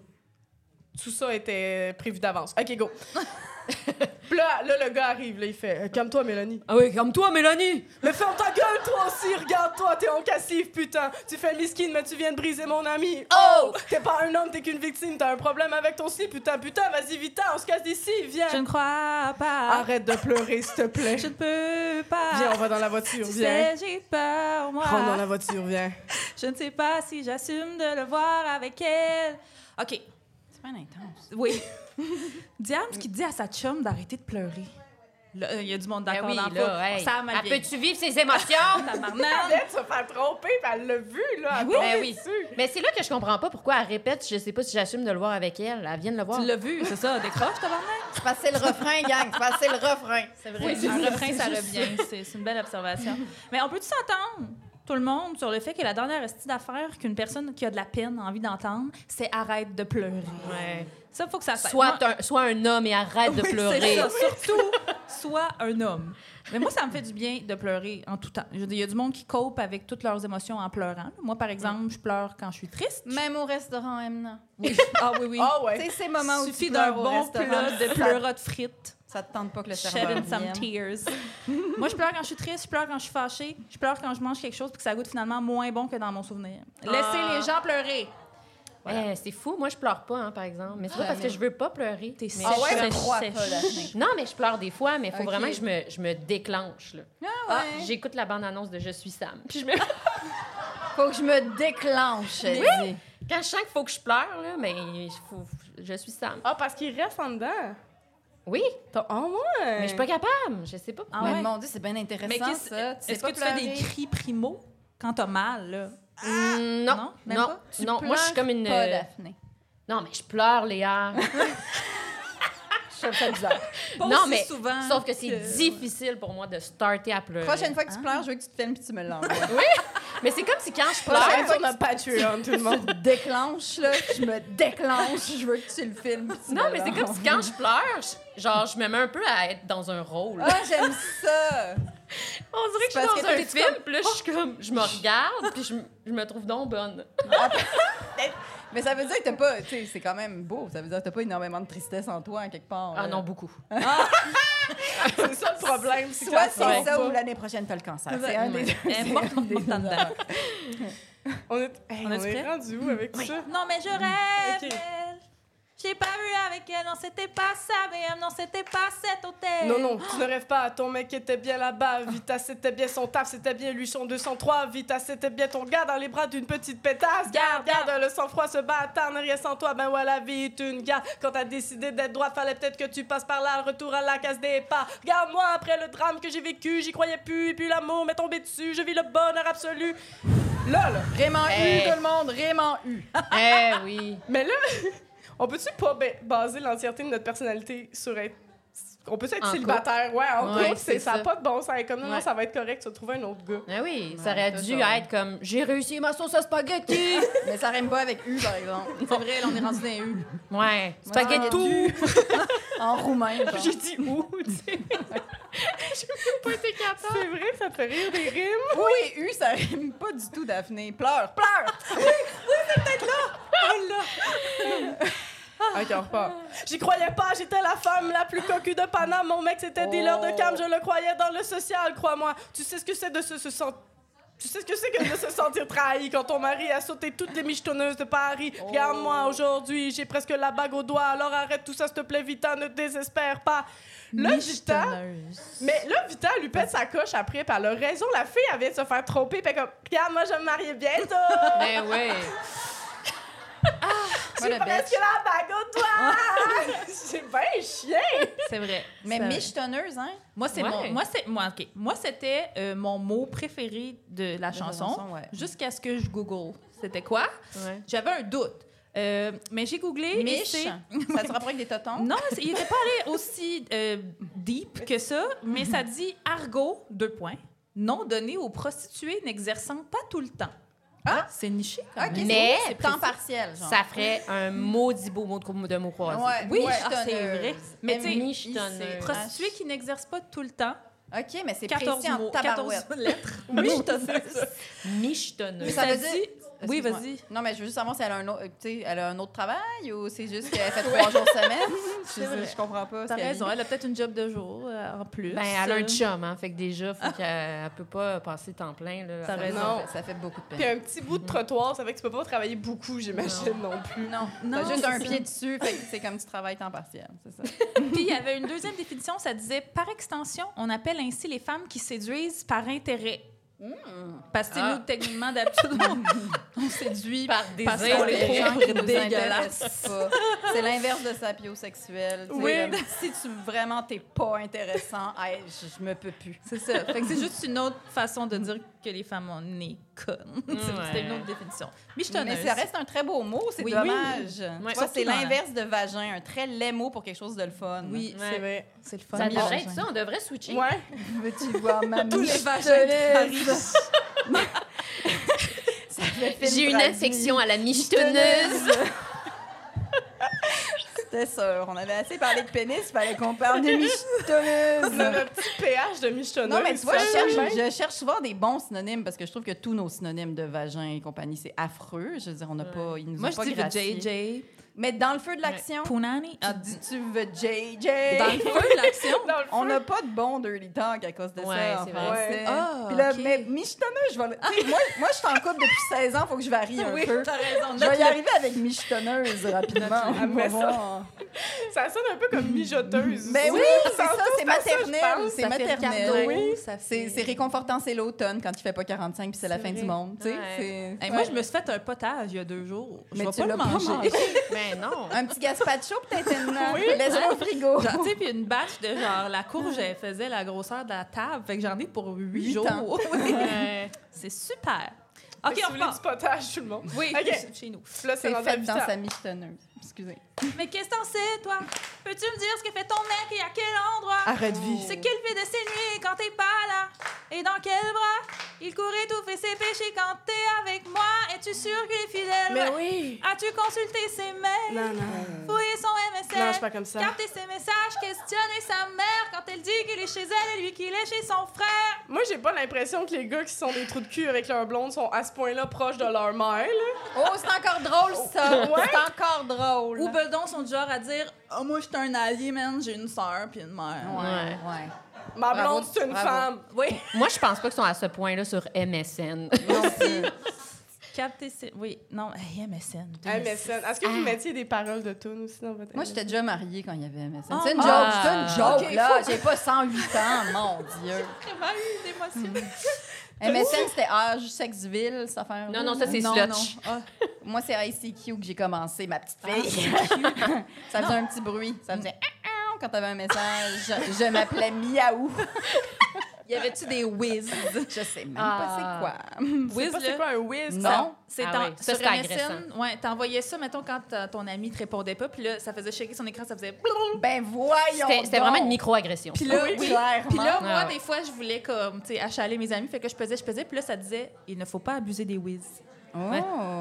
Speaker 3: Tout ça était prévu d'avance. Ok, go. *laughs* Puis là, là, le gars arrive, là, il fait euh, Calme-toi, Mélanie.
Speaker 5: Ah oui, comme toi, Mélanie.
Speaker 3: Mais ferme ta gueule, toi aussi, regarde-toi, t'es en cassif, putain. Tu fais miskin, mais tu viens de briser mon ami.
Speaker 5: Ah!
Speaker 3: Oh! T'es pas un homme, t'es qu'une victime, t'as un problème avec ton slip, putain, putain, vas-y, vite, on se casse d'ici, viens.
Speaker 6: Je ne crois pas.
Speaker 3: Arrête de pleurer, s'il te plaît.
Speaker 6: Je ne peux pas.
Speaker 3: Viens, on Oh, va dans la voiture,
Speaker 6: tu
Speaker 3: viens.
Speaker 6: sais, j'ai peur, moi. hein.
Speaker 3: Rentre dans la voiture, viens.
Speaker 6: Je ne sais pas si j'assume de le voir avec elle. OK,
Speaker 4: ça. C'est pas intense.
Speaker 6: oui. Diane, ce qui dit à sa chum d'arrêter de pleurer. Là, euh, Il y a du monde
Speaker 5: Ben
Speaker 6: d'accord
Speaker 5: oui,
Speaker 6: dans le
Speaker 5: là,
Speaker 6: fond.
Speaker 5: hey.
Speaker 6: Ça a mal
Speaker 5: Elle
Speaker 6: vieilli.
Speaker 5: Peux-tu vivre ses émotions? *laughs*
Speaker 6: Tabarnak.
Speaker 3: Elle se faire tromper, puis elle l'a vu, là. Elle
Speaker 6: Oui.
Speaker 3: a
Speaker 5: Ben
Speaker 3: tombé
Speaker 5: oui.
Speaker 3: dessus.
Speaker 5: Mais c'est là que je comprends pas pourquoi elle répète « Je sais pas si j'assume de le voir avec elle. » Elle vient de le voir.
Speaker 6: Tu l'as vu, c'est ça, décroche, tabarnak.
Speaker 4: C'est parce que c'est le refrain, gang. C'est parce que c'est le refrain.
Speaker 6: C'est vrai, le refrain, ça revient. C'est c'est une belle *laughs* observation. Mais on peut-tu s'entendre, tout le monde, sur le fait que la dernière astuce d'affaires qu'une personne qui a de la peine a envie d'entendre, c'est arrête de pleurer.
Speaker 5: Ouais.
Speaker 6: Ça, faut que ça s'arrête.
Speaker 5: Soit un, soit un homme et arrête de
Speaker 6: Ben, *laughs* Oui,
Speaker 5: pleurer.
Speaker 6: c'est ça. Surtout, soit un homme. Mais moi, ça me fait du bien de pleurer en tout temps. Je veux dire, Il y a du monde qui cope avec toutes leurs émotions en pleurant. Moi, par exemple, je pleure quand je suis triste.
Speaker 4: Même au restaurant, Emna.
Speaker 6: Oui. Ah oui, oui.
Speaker 3: Ah
Speaker 4: Tu
Speaker 3: ouais.
Speaker 4: sais, ces moments où
Speaker 6: Suffit
Speaker 4: tu
Speaker 6: d'un
Speaker 4: pleures au
Speaker 6: bon
Speaker 4: restaurant,
Speaker 6: plat de pleurat de frites.
Speaker 4: Ça te tente pas que le
Speaker 6: Shed
Speaker 4: cerveau
Speaker 6: in some
Speaker 3: *laughs*
Speaker 4: vienne.
Speaker 6: tears. Moi, je pleure quand je suis triste, je pleure quand je suis fâchée, je pleure quand je mange quelque chose puis que ça goûte finalement moins bon que dans mon souvenir. Laissez
Speaker 3: Ah.
Speaker 6: les gens pleurer.
Speaker 5: Eh, c'est fou. Moi, je pleure pas, hein, par exemple. Mais c'est pas
Speaker 4: Ah,
Speaker 5: parce que
Speaker 4: mais-
Speaker 5: je veux pas pleurer.
Speaker 6: T'es
Speaker 5: Mais je-
Speaker 6: sèche.
Speaker 4: Ah ouais,
Speaker 5: je-
Speaker 4: je crois
Speaker 5: je-
Speaker 4: pas, Daphné.
Speaker 5: Non, mais je pleure des fois, mais il faut
Speaker 4: Ok.
Speaker 5: vraiment que je me, je me déclenche. là.
Speaker 4: Ah,
Speaker 5: Ah,
Speaker 4: j'ai-
Speaker 5: J'écoute la bande-annonce de Je suis Sam. Puis je *laughs* me-
Speaker 4: Faut que je me déclenche. elle dit.
Speaker 5: Quand je sens qu'il faut que je pleure, là, mais il faut... je suis Sam.
Speaker 3: Ah, parce qu'il reste en dedans.
Speaker 5: Oui,
Speaker 3: T'as- Oh, ouais!
Speaker 5: mais je suis pas capable. Je sais pas.
Speaker 6: Ah
Speaker 5: pourquoi.
Speaker 6: ouais?
Speaker 4: Mais mon Dieu, c'est bien
Speaker 6: Mais
Speaker 4: intéressant,
Speaker 6: qu'est-ce-
Speaker 4: ça. sais
Speaker 6: est-ce
Speaker 4: pas
Speaker 6: que tu fais des
Speaker 4: pleurer.
Speaker 6: cris primaux quand t'as mal, là?
Speaker 5: Mm, non,
Speaker 6: Non,
Speaker 5: non,
Speaker 6: même
Speaker 5: non.
Speaker 6: pas?
Speaker 4: Tu
Speaker 5: Moi, je suis
Speaker 4: pleures
Speaker 5: comme une. euh,
Speaker 4: Pas, Daphné.
Speaker 5: Non, mais je pleure, Léa.
Speaker 4: Je trouve ça
Speaker 5: *laughs*
Speaker 4: bizarre.
Speaker 6: Pas
Speaker 5: non,
Speaker 6: aussi
Speaker 5: mais
Speaker 6: souvent
Speaker 5: sauf que c'est
Speaker 6: que-
Speaker 5: difficile pour moi de starter à pleurer.
Speaker 4: Prochaine fois que tu pleures, je veux que tu te filmes et tu me
Speaker 5: *laughs*
Speaker 4: l'envoies.
Speaker 5: Mais c'est comme si quand je pleure,
Speaker 3: Prochaine fois, on a Patreon, *laughs* tout le monde.
Speaker 4: déclenche, là. Je me déclenche. Je veux que tu le filmes. pis tu
Speaker 5: Non,
Speaker 4: me
Speaker 5: mais c'est
Speaker 4: l'envoies.
Speaker 5: comme si quand je pleure, je- genre, je me mets un peu à être dans un rôle.
Speaker 4: Ah, j'aime ça!
Speaker 5: On dirait que je
Speaker 4: C'est parce
Speaker 5: suis
Speaker 4: que
Speaker 5: dans un
Speaker 4: t'es
Speaker 5: film, puis là, je suis comme, je me regarde, puis je, m- je me trouve donc bonne.
Speaker 4: Mais ça veut dire que t'as pas. Tu sais, c'est quand même beau. Ça veut dire que t'as pas énormément de tristesse en toi, en quelque part.
Speaker 5: Ah
Speaker 4: là.
Speaker 5: non, beaucoup.
Speaker 3: C'est ça le problème. c'est que
Speaker 4: Soit
Speaker 3: ça sort
Speaker 4: c'est ça
Speaker 3: pas.
Speaker 4: ou l'année prochaine, t'as le cancer. C'est un des deux.
Speaker 6: Eh, morte, morte, morte, dedans.
Speaker 3: On est, hey,
Speaker 6: On
Speaker 3: on
Speaker 6: est
Speaker 3: est
Speaker 6: prêts?
Speaker 3: rendu où avec ça?
Speaker 6: Non, mais je rêve.
Speaker 3: Mm. Ok.
Speaker 6: elle. J'ai pas vu avec elle, non, c'était pas ça, BM, non, c'était pas cet hôtel.
Speaker 3: Non, non, tu ne rêves pas. Ton mec était bien là-bas. Vita, c'était bien son taf. C'était bien lui, son 203. Vita, c'était bien ton gars dans les bras d'une petite pétasse. Garde, garde, le sang-froid, ce bâtard n'est rien sans toi. Ben ouais, la vie est une gare. Quand t'as décidé d'être droite, fallait peut-être que tu passes par là. Le Retour à la case départ. Regarde-moi après le drame que j'ai vécu. J'y croyais plus. Et puis l'amour m'est tombé dessus. Je vis le bonheur absolu. Là, là.
Speaker 4: Vraiment
Speaker 5: Hey.
Speaker 4: eu, tout le monde. Vraiment eu.
Speaker 5: Eh oui.
Speaker 3: Mais là, *laughs* on peut-tu pas ba- baser l'entièreté de notre personnalité sur être. On peut être
Speaker 5: En
Speaker 3: célibataire, ouais, en
Speaker 5: Ouais,
Speaker 3: couple, c'est
Speaker 5: c'est
Speaker 3: ça. a
Speaker 5: ça.
Speaker 3: pas de bon sens. Elle est Comme non, non,
Speaker 5: Ouais.
Speaker 3: ça va être correct, tu vas trouver un autre gars.
Speaker 5: Ah oui, ça aurait
Speaker 4: c'est
Speaker 5: dû
Speaker 4: ça.
Speaker 5: être comme, j'ai réussi ma sauce à spaghetti.
Speaker 4: Mais ça rime pas avec U, par exemple. C'est vrai, là, on est rendu dans les U.
Speaker 5: ouais,
Speaker 4: Ah,
Speaker 5: spaghetti.
Speaker 4: du. en
Speaker 5: *laughs*
Speaker 4: roumain. genre.
Speaker 5: J'ai dit où, tu sais. J'ai même pas été capable.
Speaker 3: C'est vrai, ça te fait rire des rimes.
Speaker 4: Oui, U, ça rime pas du tout, Daphné. Pleure, pleure!
Speaker 3: Ok, on repart. *laughs* J'y croyais pas, j'étais la femme la plus cocue de Paname. Mon mec, c'était dealer de cam, je le croyais dans le social, crois-moi. Tu sais ce que c'est de se, se sentir. Tu sais ce que c'est que de se sentir trahi quand ton mari a sauté toutes les michetonneuses de Paris.
Speaker 5: Oh.
Speaker 3: Regarde-moi aujourd'hui, j'ai presque la bague au doigt, alors arrête tout ça, s'il te plaît, Vita, ne désespère pas. Là, Vita, mais là, Vita, elle lui pète sa coche après, puis elle a raison, la fille, elle vient de se faire tromper, puis elle est comme, regarde, moi, je vais me marier
Speaker 4: *laughs*
Speaker 3: bientôt.
Speaker 5: Ben ouais.
Speaker 4: What
Speaker 3: j'ai
Speaker 4: a
Speaker 3: presque
Speaker 4: bitch.
Speaker 3: la bague au doigt.
Speaker 4: *laughs*
Speaker 3: j'ai bien chien.
Speaker 6: C'est vrai.
Speaker 4: Mais
Speaker 6: Ça-
Speaker 4: michetonneuse, hein?
Speaker 6: Moi, c'est
Speaker 5: Ouais.
Speaker 6: mon, moi, c'est, moi, ok. Moi, c'était euh, mon mot préféré de la chanson,
Speaker 4: chanson, ouais.
Speaker 6: jusqu'à ce que je google. C'était quoi? J'avais un doute. Euh, mais j'ai googlé. et
Speaker 4: Miche.
Speaker 6: c'est-
Speaker 4: Ça te rapproche avec des totons?
Speaker 6: Non, c'est- il n'était pas allé aussi euh, deep que ça, mais ça dit argot, deux points, non donné aux prostituées n'exerçant pas tout le temps.
Speaker 4: Ah!
Speaker 6: C'est niché quand
Speaker 4: Ok,
Speaker 6: même.
Speaker 5: Mais
Speaker 4: c'est temps partiel, genre.
Speaker 5: Ça ferait un maudit beau mot de, cou- de mots croisés.
Speaker 4: Ouais,
Speaker 6: Oui,
Speaker 4: michetonneuse.
Speaker 6: ah, c'est vrai. Mais tu sais,
Speaker 5: michetonneuse.
Speaker 6: Prostituées qui n'exercent pas tout le temps.
Speaker 4: OK, mais c'est
Speaker 6: 14
Speaker 4: précis en
Speaker 6: mots, 14
Speaker 4: tabarouette.
Speaker 6: *laughs* lettres.
Speaker 5: Michetonneuse.
Speaker 4: Ça
Speaker 6: Ça
Speaker 4: veut
Speaker 6: dit...
Speaker 4: dire-
Speaker 6: Oui,
Speaker 4: Excuse-moi.
Speaker 6: vas-y.
Speaker 4: Non, mais je veux juste savoir si elle a un autre, euh, tu sais, elle a un autre travail ou c'est juste qu'elle
Speaker 6: *laughs*
Speaker 4: fait trois jours semaine. Je,
Speaker 6: vrai.
Speaker 4: je comprends pas. ce
Speaker 6: T'as
Speaker 4: qu'elle
Speaker 6: raison,
Speaker 4: vit.
Speaker 6: elle a peut-être une job de jour euh, en plus.
Speaker 5: Ben, elle a
Speaker 6: Euh,
Speaker 5: un chum, hein. Fait que déjà, faut qu'elle elle peut pas passer temps plein, là.
Speaker 6: T'as
Speaker 5: Ça-
Speaker 6: raison.
Speaker 4: Ça fait- Ça fait beaucoup de
Speaker 3: Puis
Speaker 4: peine.
Speaker 3: un petit bout de trottoir, ça fait que tu peux pas travailler beaucoup, j'imagine, non, plus.
Speaker 4: Non,
Speaker 6: Non,
Speaker 4: t'as juste
Speaker 6: c'est
Speaker 4: un
Speaker 6: ça.
Speaker 4: pied dessus, fait que c'est comme tu travailles temps partiel, c'est ça.
Speaker 6: Puis il y avait une deuxième définition, ça disait par extension, on appelle ainsi les femmes qui séduisent par intérêt. Parce que
Speaker 5: Ah.
Speaker 6: nous, techniquement, d'habitude,
Speaker 4: *laughs*
Speaker 6: on, on séduit
Speaker 5: Par
Speaker 6: parce
Speaker 5: désir.
Speaker 6: qu'on les
Speaker 4: Les gens
Speaker 6: trouve
Speaker 4: qui nous
Speaker 6: dégueulasses.
Speaker 4: intéressent pas. C'est l'inverse de sapiosexuel. tu sais,
Speaker 6: Oui.
Speaker 4: comme, Si tu vraiment t'es pas intéressant, hey, je, je me peux plus.
Speaker 6: C'est ça. Fait que c'est juste une autre façon de dire que les femmes, on est connes. *laughs* C'est- C'était une autre définition. Michetonneuse.
Speaker 4: Mais ça reste un très beau mot, c'est
Speaker 6: Oui.
Speaker 4: dommage.
Speaker 5: Ouais.
Speaker 4: Tu vois,
Speaker 6: Surtout
Speaker 4: c'est
Speaker 6: dans la-
Speaker 4: l'inverse de vagin, un très laid mot pour quelque chose de le fun.
Speaker 6: Oui,
Speaker 5: Ouais.
Speaker 6: c'est vrai. C'est le fun.
Speaker 5: Ça devrait
Speaker 6: Michetonneuse.
Speaker 5: être ça, on devrait switcher.
Speaker 3: Ouais.
Speaker 4: Veux-tu voir *laughs* ma
Speaker 6: Tous les
Speaker 4: miche
Speaker 6: vagins
Speaker 4: de
Speaker 6: qui
Speaker 4: laisse? Ça fait film
Speaker 5: J'ai une
Speaker 4: traduit.
Speaker 5: infection à la michetonneuse.
Speaker 4: C'était sûr. On avait assez parlé de pénis, fallait qu'on parle de michetonneuse.
Speaker 3: Le petit pH de michetonneuse.
Speaker 4: Non, mais tu vois, je
Speaker 3: ça,
Speaker 4: cherche,
Speaker 3: ouais.
Speaker 4: je cherche souvent des bons synonymes parce que je trouve que tous nos synonymes de vagin et compagnie, c'est affreux. Je veux dire, on n'a pas. Ils nous
Speaker 6: Moi,
Speaker 4: ont
Speaker 6: je
Speaker 4: pas
Speaker 6: dis le
Speaker 4: graciés.
Speaker 6: JJ.
Speaker 4: Mais dans le feu de l'action,
Speaker 6: Punani. Ah,
Speaker 4: tu
Speaker 6: d-
Speaker 4: dis tu veux JJ.
Speaker 6: Dans le feu, l'action.
Speaker 3: Dans le fond,
Speaker 4: On n'a pas de bon dirty talk à cause de
Speaker 5: Ouais,
Speaker 4: ça en
Speaker 5: c'est vrai.
Speaker 4: français.
Speaker 6: Ouais. Ah,
Speaker 4: Puis là,
Speaker 6: ok.
Speaker 4: mais michetonneuse, je vais le- tu sais, moi, moi, je suis en couple depuis 16 ans, faut que je varie un
Speaker 6: Oui,
Speaker 4: peu.
Speaker 6: t'as raison.
Speaker 4: Je vais y
Speaker 6: Note-le.
Speaker 4: arriver avec michetonneuse rapidement.
Speaker 3: Ah,
Speaker 4: on
Speaker 3: mais
Speaker 4: va
Speaker 3: ça-
Speaker 4: voir.
Speaker 3: ça sonne un peu comme mijoteuse.
Speaker 4: Mais Ben oui, c'est ça, c'est maternel. C'est
Speaker 6: Ça fait Ricardo,
Speaker 4: maternel.
Speaker 6: ça fait-
Speaker 4: C'est c'est réconfortant, c'est l'automne quand il fait pas 45 puis c'est la fin du monde. tu sais,
Speaker 5: Ouais.
Speaker 4: c'est-
Speaker 6: Hey, Moi, je me suis fait un potage il y a deux jours. Je
Speaker 4: Mais
Speaker 6: vais
Speaker 4: tu
Speaker 6: pas le
Speaker 4: l'as pas *laughs*
Speaker 6: manger.
Speaker 4: mangé.
Speaker 5: Mais Ben non.
Speaker 4: Un petit gazpacho, peut-être *laughs* une. Laisse-moi au frigo.
Speaker 6: Genre, tu sais,
Speaker 4: *laughs*
Speaker 6: puis une bâche de genre, la courge, elle faisait la grosseur de la table. Fait que j'en ai pour huit
Speaker 4: Huit ans.
Speaker 6: jours. Oui.
Speaker 5: Euh,
Speaker 6: C'est super.
Speaker 3: Fait que
Speaker 6: OK, on
Speaker 3: si vous voulez
Speaker 6: repart.
Speaker 3: du potage, tout le monde.
Speaker 6: Oui,
Speaker 3: OK.
Speaker 6: c'est chez nous.
Speaker 3: Puis là, c'est
Speaker 4: *laughs* C'est
Speaker 3: rendu à
Speaker 4: fait
Speaker 3: huit
Speaker 4: dans
Speaker 3: ans.
Speaker 4: sa michetonneuse. Excusez.
Speaker 6: Mais qu'est-ce que t'en sais, toi? Peux-tu me dire ce que fait ton mec et à quel endroit?
Speaker 3: Arrête vie.
Speaker 6: C'est qu'il fait de ses nuits quand t'es pas là? Et dans quel bras? Il court étouffer ses péchés quand t'es avec moi? Es-tu sûr qu'il est fidèle?
Speaker 3: Mais oui.
Speaker 6: As-tu consulté ses mails?
Speaker 3: Non, non.
Speaker 4: Euh,
Speaker 6: Fouillé son MSN?
Speaker 3: Non, je suis pas comme ça.
Speaker 6: Capter ses messages, questionner sa mère quand elle dit qu'il est chez elle et lui qu'il est chez son frère.
Speaker 3: Moi, j'ai pas l'impression que les gars qui sont des trous de cul avec leur blonde sont à ce point-là proches de leur mère. là.
Speaker 4: Oh, c'est encore drôle, ça. C'est encore drôle.
Speaker 6: Ou Beldon sont du genre à dire Ah, Moi, j'étais un allié, man, j'ai une sœur puis une mère.
Speaker 4: Ouais,
Speaker 5: Ouais.
Speaker 4: ouais.
Speaker 3: Ma
Speaker 4: Bravo,
Speaker 3: blonde, c'est une
Speaker 4: bravo.
Speaker 3: femme.
Speaker 6: Oui.
Speaker 5: moi, je pense pas qu'ils sont à ce point-là sur MSN.
Speaker 4: Non plus.
Speaker 6: Capter ses. Oui, non, hey, MSN.
Speaker 3: MSN. Est-ce que
Speaker 5: Ah.
Speaker 3: vous mettiez des paroles de tunes aussi dans votre
Speaker 4: Moi,
Speaker 3: MSN?
Speaker 4: j'étais déjà mariée quand il y avait MSN.
Speaker 6: Oh.
Speaker 4: c'est une joke,
Speaker 5: Ah.
Speaker 4: c'est une joke,
Speaker 6: Ok,
Speaker 4: là. J'ai pas 108 ans, mon Dieu. Hmm.
Speaker 6: vraiment eu des émotions.
Speaker 4: MSN, c'était âge, sexe, ville, cette affaire.
Speaker 5: Non, non, ça, c'est slotch.
Speaker 4: Ah. Moi, c'est ICQ que j'ai commencé, ma petite fille. *laughs* ça faisait un petit bruit. Ça faisait *laughs* Ah, ah quand t'avais un message. Je, je m'appelais Miaou.
Speaker 5: Y avait-tu des whiz?
Speaker 4: Je sais même
Speaker 5: Ah.
Speaker 4: pas c'est quoi.
Speaker 3: C'est
Speaker 6: Wiz,
Speaker 3: pas- c'est
Speaker 6: là.
Speaker 3: quoi un whiz?
Speaker 4: Non.
Speaker 6: C'est
Speaker 5: Ah
Speaker 6: en-
Speaker 5: oui, ça,
Speaker 6: sur
Speaker 5: c'est
Speaker 6: MSN, ouais, t'envoyais ça, mettons, quand ta- ton ami te répondait pas, puis là, ça faisait shaker son écran, ça faisait...
Speaker 4: Ben voyons.
Speaker 5: C'était c'était
Speaker 4: donc.
Speaker 5: vraiment une micro-agression.
Speaker 6: Puis là,
Speaker 4: Oui,
Speaker 6: oui.
Speaker 4: clairement.
Speaker 6: Puis là,
Speaker 5: Ah
Speaker 6: moi,
Speaker 5: ouais.
Speaker 6: des fois, je voulais, comme, tu sais, achaler mes amis, fait que je pesais, je pesais, puis là, ça disait, il ne faut pas abuser des whiz.
Speaker 4: Oh.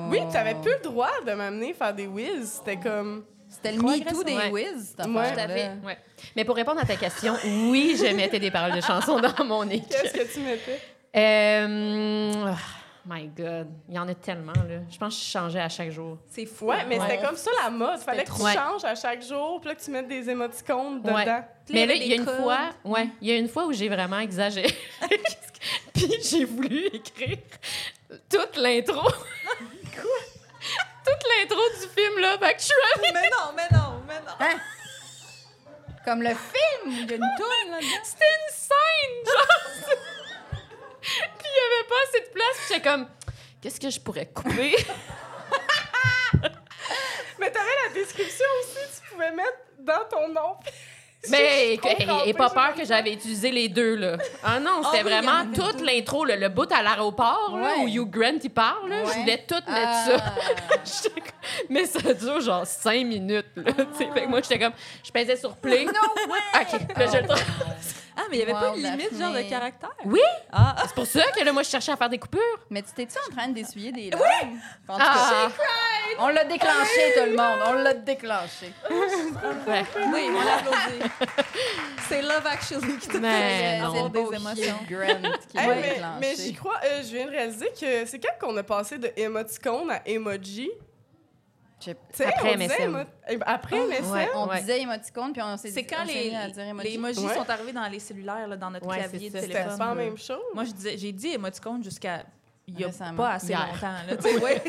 Speaker 3: Oui, t'avais plus le droit de m'amener faire des whiz. C'était comme.
Speaker 4: C'était le MeToo
Speaker 5: Progression,
Speaker 4: des
Speaker 5: ouais.
Speaker 4: Wiz, cette
Speaker 3: Ouais.
Speaker 5: Tout à
Speaker 4: affaire-là.
Speaker 5: fait, ouais. Mais pour répondre à ta question, oui, je mettais des paroles de chansons *laughs* dans mon
Speaker 3: Qu'est-ce
Speaker 5: équipe.
Speaker 3: que tu mettais?
Speaker 5: Euh, oh my God, il y en a tellement, là. Je pense que je changeais à chaque jour.
Speaker 6: C'est fou.
Speaker 3: Ouais, mais
Speaker 5: Ouais.
Speaker 3: c'était comme ça la mode. Fallait que tu
Speaker 5: trop- Ouais.
Speaker 3: changes à chaque jour, puis là que tu mettes des émoticônes dedans.
Speaker 5: Ouais. Mais
Speaker 6: Puis il y
Speaker 5: là,
Speaker 6: avait
Speaker 5: il y a
Speaker 6: des
Speaker 5: une
Speaker 6: codes.
Speaker 5: fois, ouais, il y a une fois où j'ai vraiment exagéré. *laughs* Qu'est-ce que- Puis j'ai voulu écrire toute l'intro. *laughs* Quoi? toute l'intro du film là, fait que je suis allée-
Speaker 6: mais non, mais non, mais non.
Speaker 4: Hein? Comme le film, il y a une toune là-dedans.
Speaker 5: C'était une scène, genre. *laughs* c'est- Puis il y avait pas assez de place, puis j'étais comme qu'est-ce que je pourrais
Speaker 6: *laughs*
Speaker 5: couper
Speaker 3: Mais t'avais la description aussi, tu pouvais mettre dans ton nom. *laughs*
Speaker 5: Mais
Speaker 3: Je comprends
Speaker 5: et pas
Speaker 3: j'ai
Speaker 5: peur que
Speaker 3: compris.
Speaker 5: j'avais utilisé les deux là. Ah non, c'était
Speaker 6: Ah oui, il y
Speaker 5: vraiment
Speaker 6: en avait
Speaker 5: toute l'intro, le, le bout à l'aéroport là,
Speaker 4: Ouais.
Speaker 5: où Hugh Grant il parle, là, je
Speaker 4: Ouais.
Speaker 5: voulais Ah. tout mettre
Speaker 6: Euh,
Speaker 5: ça.
Speaker 4: Euh,
Speaker 5: J'étais comme- Mais ça dure genre cinq minutes. Là, tu sais. fait que moi, j'étais comme, je pesais sur play.
Speaker 4: No way!
Speaker 5: OK, là, je le trouve.
Speaker 6: Ah, mais il y avait pas
Speaker 4: Wow,
Speaker 6: une limite, genre, de
Speaker 4: Daphné.
Speaker 6: caractère?
Speaker 5: Oui! C'est pour ça que là, moi, je cherchais à faire des coupures.
Speaker 4: Mais tu t'es-tu en train d'essuyer des larmes? Oui! En tout cas,
Speaker 5: Ah,
Speaker 4: on l'a déclenché, tout le monde. On l'a déclenché.
Speaker 5: ouais.
Speaker 6: Oui, on l'applaudit. *laughs* C'est Love Actually qui
Speaker 4: Euh,
Speaker 6: t'a fait
Speaker 5: Mais
Speaker 6: avoir
Speaker 5: non.
Speaker 6: des émotions.
Speaker 4: Grant qui
Speaker 3: Hey,
Speaker 4: l'a
Speaker 3: mais,
Speaker 4: déclenché.
Speaker 3: mais j'y crois, euh, je viens de réaliser que c'est quand qu'on a passé de émoticône à emoji.
Speaker 4: Je-
Speaker 3: Tu sais,
Speaker 5: Après
Speaker 3: on disait
Speaker 5: MSN.
Speaker 3: émo- eh ben, Après MSN.
Speaker 5: ouais.
Speaker 4: On
Speaker 5: Ouais.
Speaker 4: disait émoticône, puis on s'est
Speaker 6: C'est
Speaker 4: dit-
Speaker 6: quand
Speaker 4: on s'est
Speaker 6: les,
Speaker 4: mis à dire emoji.
Speaker 6: les emojis
Speaker 3: Ouais.
Speaker 6: sont arrivés dans les cellulaires, là, dans notre
Speaker 5: Ouais,
Speaker 6: clavier de
Speaker 5: c'est ça.
Speaker 3: C'était
Speaker 6: téléphone.
Speaker 3: pas la même chose.
Speaker 6: Moi, je disais, j'ai dit émoticône jusqu'à il n'y a
Speaker 4: Récemment.
Speaker 6: pas assez
Speaker 5: Hier.
Speaker 6: longtemps. *laughs* Là, tu sais, ouais.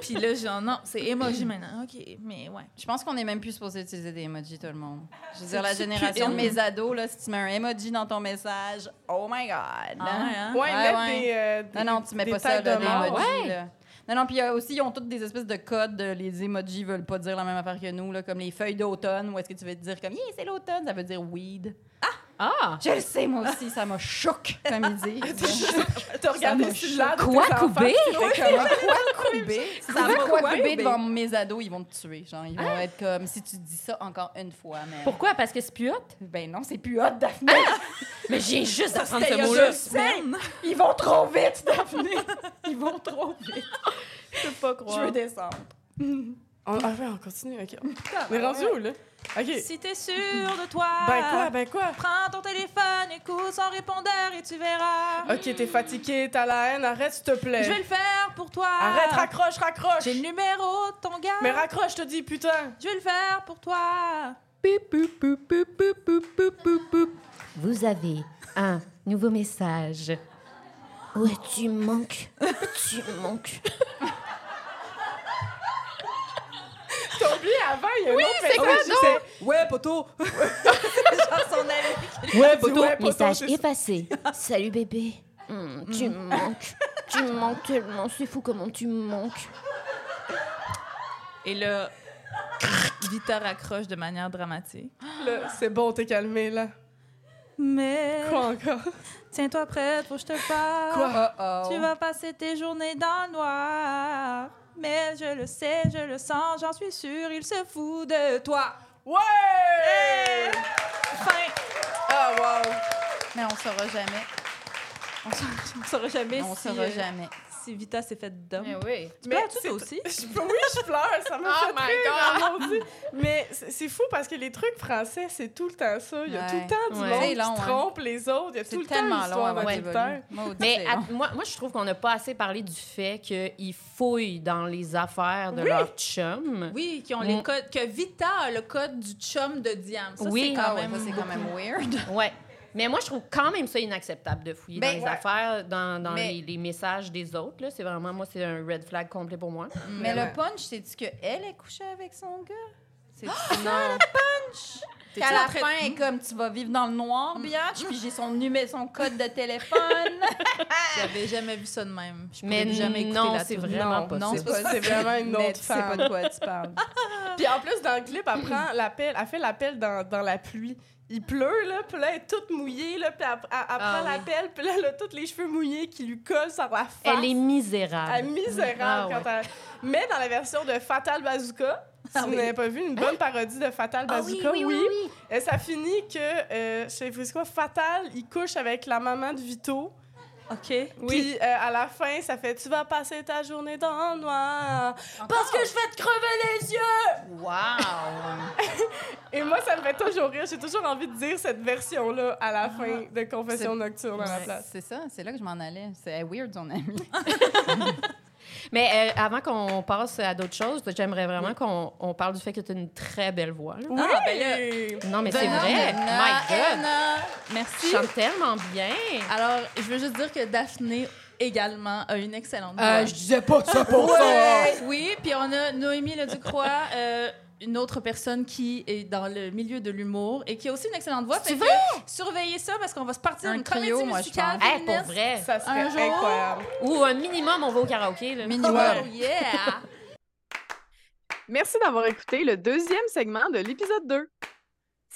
Speaker 6: Puis là, genre, non, c'est emoji maintenant. OK, mais ouais.
Speaker 4: Je pense qu'on n'est même plus supposé utiliser des emojis, tout le monde. Je veux dire, la
Speaker 6: C'est-tu plus
Speaker 4: génération de
Speaker 6: in?
Speaker 4: mes ados, là, si tu mets un emoji dans ton message, oh my God!
Speaker 6: Ah, ouais, hein?
Speaker 3: Ouais,
Speaker 4: Ouais,
Speaker 3: mettre
Speaker 4: ouais.
Speaker 3: Des, euh, des-
Speaker 4: Non, non, tu mets
Speaker 3: des
Speaker 4: pas ça,
Speaker 3: têtes
Speaker 4: là,
Speaker 3: de
Speaker 4: des
Speaker 3: mort.
Speaker 4: emojis,
Speaker 5: Ouais.
Speaker 4: là. Non, non, puis euh, aussi, ils ont toutes des espèces de codes. euh, Les emojis veulent pas dire la même affaire que nous, là, comme les feuilles d'automne, où est-ce que tu veux te dire comme, yeah, c'est l'automne, ça veut dire weed.
Speaker 5: Ah!
Speaker 4: Je le sais, moi aussi, ça m'a choqué, comme ils *laughs* disent.
Speaker 3: T'as regardé
Speaker 4: m'a
Speaker 3: celui-là de
Speaker 5: Quoi
Speaker 3: tes enfants,
Speaker 5: couper?
Speaker 3: tu fais comme- ah,
Speaker 4: Comme, quoi couper? Ça
Speaker 6: Ça va
Speaker 4: va quoi Ah.
Speaker 6: couper?
Speaker 4: couper devant mes ados, ils vont te tuer. Genre, ils vont être comme, si tu dis ça encore une fois, mais.
Speaker 5: Pourquoi? Parce que c'est plus hot?
Speaker 4: Ben non, c'est plus hot, Daphné.
Speaker 5: Mais j'ai juste à prendre
Speaker 4: c'était il y
Speaker 5: ce
Speaker 4: a
Speaker 5: mot-là.
Speaker 4: deux semaines. Ils vont trop vite, Daphné. Ils vont trop vite.
Speaker 3: Je peux pas
Speaker 4: Je
Speaker 3: croire.
Speaker 4: veux descendre.
Speaker 3: On- Ah ouais, on continue, OK. On
Speaker 4: ah
Speaker 3: est rendu où, là? OK.
Speaker 6: Si t'es sûr de toi,
Speaker 3: Ben quoi, ben quoi?
Speaker 6: prends ton téléphone, écoute son répondeur et tu verras.
Speaker 3: OK, t'es fatigué, t'as la haine, arrête, s'il te plaît.
Speaker 6: Je vais le faire pour toi.
Speaker 3: Arrête, raccroche, raccroche!
Speaker 6: J'ai le numéro de ton gars.
Speaker 3: Mais raccroche, je te dis, putain!
Speaker 6: Je vais le faire pour toi.
Speaker 5: Vous avez un nouveau message. Ouais, tu manques. Tu manques.
Speaker 3: T'as oublié avant, il y a un autre message qui disait, Ouais, poteau!
Speaker 5: Ouais,
Speaker 3: poteau. Ouais, poteau,
Speaker 5: Message
Speaker 3: c'est ça.
Speaker 5: effacé. Salut bébé. Hum, tu me manques. tu me manques tellement. C'est fou comment tu me manques.
Speaker 6: Et là, Vita raccroche de manière dramatique.
Speaker 3: Là, c'est bon, t'es calmé, là.
Speaker 6: Mais
Speaker 3: Quoi encore?
Speaker 6: tiens-toi prête, faut que je te parle.
Speaker 3: Quoi?
Speaker 6: Tu vas passer tes journées dans le noir. Mais je le sais, je le sens, j'en suis sûre, il se fout de toi.
Speaker 3: Ouais!
Speaker 6: Fin.
Speaker 3: Ah, wow!
Speaker 4: Mais on saura jamais.
Speaker 6: On saura- on saura jamais
Speaker 4: on
Speaker 6: si,
Speaker 4: saura
Speaker 6: euh,
Speaker 4: jamais.
Speaker 6: si Vita s'est faite d'homme.
Speaker 5: Mais oui.
Speaker 6: Tu
Speaker 3: Mais
Speaker 6: pleures-tu,
Speaker 3: c'est-
Speaker 6: toi aussi?
Speaker 3: Je- oui, je pleure, ça me
Speaker 5: Oh
Speaker 3: fait
Speaker 5: my
Speaker 3: rire, Ah, mon Dieu. Mais c'est c'est fou parce que les trucs français, c'est tout le temps ça. Il y a
Speaker 4: Ouais.
Speaker 3: tout le temps du
Speaker 5: Ouais.
Speaker 3: monde
Speaker 4: C'est
Speaker 3: qui
Speaker 4: long,
Speaker 3: se
Speaker 4: hein.
Speaker 3: trompe, les autres. Il y a tout
Speaker 4: C'est
Speaker 3: le temps
Speaker 4: tellement
Speaker 3: une
Speaker 4: long
Speaker 3: histoire
Speaker 4: avant
Speaker 3: d'adultère.
Speaker 4: d'évoluer. Maudit,
Speaker 5: Mais
Speaker 4: c'est
Speaker 5: à-
Speaker 4: long.
Speaker 5: moi, moi, je trouve qu'on n'a pas assez parlé du fait qu'ils fouillent dans les affaires de
Speaker 3: Oui.
Speaker 5: leur chum.
Speaker 6: Oui, qui ont
Speaker 5: Mm.
Speaker 6: les codes. Que Vita a le code du chum de Diam. Ça,
Speaker 5: Oui.
Speaker 6: c'est
Speaker 4: Ah
Speaker 6: quand
Speaker 4: ouais,
Speaker 6: même.
Speaker 4: ça, c'est quand même weird.
Speaker 5: Ouais. Mais moi, je trouve quand même ça inacceptable de fouiller
Speaker 4: Ben,
Speaker 5: dans les
Speaker 4: ouais.
Speaker 5: affaires, dans, dans
Speaker 4: Mais-
Speaker 5: les, les messages des autres. là. C'est vraiment, moi, c'est un red flag complet pour moi.
Speaker 4: Mais
Speaker 3: Ouais.
Speaker 4: le punch, c'est-tu qu'elle est couchée avec son gars? C'est
Speaker 5: non.
Speaker 4: qu'à la
Speaker 6: train-
Speaker 4: fin, elle est comme tu vas vivre dans le noir, biatch, puis j'ai son numéro, son code de *laughs* téléphone.
Speaker 6: J'avais jamais vu ça de même. Je
Speaker 5: Mais
Speaker 6: pourrais jamais écouter
Speaker 5: non,
Speaker 6: la
Speaker 5: c'est
Speaker 6: tournée.
Speaker 5: vraiment pas
Speaker 4: non, *laughs*
Speaker 5: ça.
Speaker 4: c'est pas
Speaker 3: C'est vraiment une
Speaker 4: Mais
Speaker 3: autre
Speaker 4: tu sais pas
Speaker 3: femme.
Speaker 4: de quoi tu parles.
Speaker 3: *laughs*
Speaker 4: *laughs*
Speaker 3: Puis en plus, dans le clip, elle prend l'appel, elle fait l'appel dans, dans la pluie. Il pleut, là, puis là, elle est toute mouillée, là, puis elle, elle- elle
Speaker 5: Ah
Speaker 3: prend
Speaker 5: oui.
Speaker 3: l'appel, puis là, elle a tous les cheveux mouillés qui lui collent sur la face.
Speaker 5: Elle est
Speaker 3: Elle est
Speaker 5: misérable.
Speaker 3: misérable
Speaker 5: Ah ouais.
Speaker 3: quand elle... Mais dans la version de Fatal Bazooka, si
Speaker 6: Ah
Speaker 3: vous
Speaker 6: oui.
Speaker 3: n'avez pas vu, une bonne parodie de Fatal Bazooka, oui, Et ça finit que, euh, je sais plus quoi, Fatal, il couche avec la maman de Vito.
Speaker 6: OK.
Speaker 3: Puis euh, à la fin, ça fait Tu vas passer ta journée dans le noir parce que je vais te crever les yeux.
Speaker 4: Wow!
Speaker 3: *laughs* Et moi, ça me fait toujours rire. J'ai toujours envie de dire cette version-là à la fin de Confession nocturne à la place.
Speaker 4: C'est ça, c'est là que je m'en allais. C'est weird, son ami.
Speaker 5: Mais euh, avant qu'on passe à d'autres choses, j'aimerais vraiment qu'on on parle du fait que tu as une très belle voix. là.
Speaker 3: Oui!
Speaker 6: Ah, ben
Speaker 5: Non, mais c'est
Speaker 4: Non,
Speaker 5: vrai.
Speaker 4: mais non, eh,
Speaker 5: My God.
Speaker 4: non.
Speaker 5: Tu
Speaker 6: Merci.
Speaker 5: chantes tellement bien.
Speaker 6: Alors, je veux juste dire que Daphné également a une excellente voix.
Speaker 4: Euh, disais pas ça pour
Speaker 6: Oui, puis on a Noémie Leducroix, euh, une autre personne qui est dans le milieu de l'humour et qui a aussi une excellente voix.
Speaker 5: C'est
Speaker 6: Fait que Surveillez ça parce qu'on va se partir
Speaker 4: Un
Speaker 6: une
Speaker 4: trio,
Speaker 6: comédie
Speaker 4: moi, je
Speaker 6: musicale
Speaker 4: pense.
Speaker 5: Hey, pour
Speaker 6: féministe.
Speaker 5: vrai.
Speaker 3: Ça serait
Speaker 6: Un jour-
Speaker 3: incroyable.
Speaker 5: Ou un minimum, on va au karaoké. Là.
Speaker 4: Minimum.
Speaker 6: Oh yeah!
Speaker 2: Merci d'avoir écouté le deuxième segment de l'épisode 2.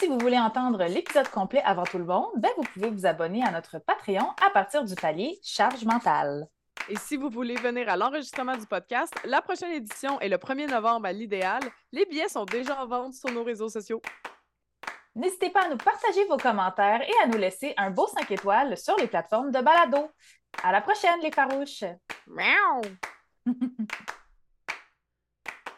Speaker 1: Si vous voulez entendre l'épisode complet avant tout le monde, ben vous pouvez vous abonner à notre Patreon à partir du palier Charge mentale.
Speaker 2: Et si vous voulez venir à l'enregistrement du podcast, la prochaine édition est le 1er novembre à l'idéal. Les billets sont déjà en vente sur nos réseaux sociaux.
Speaker 1: N'hésitez pas à nous partager vos commentaires et à nous laisser un beau 5 étoiles sur les plateformes de balado. À la prochaine, les farouches!
Speaker 2: Miaou!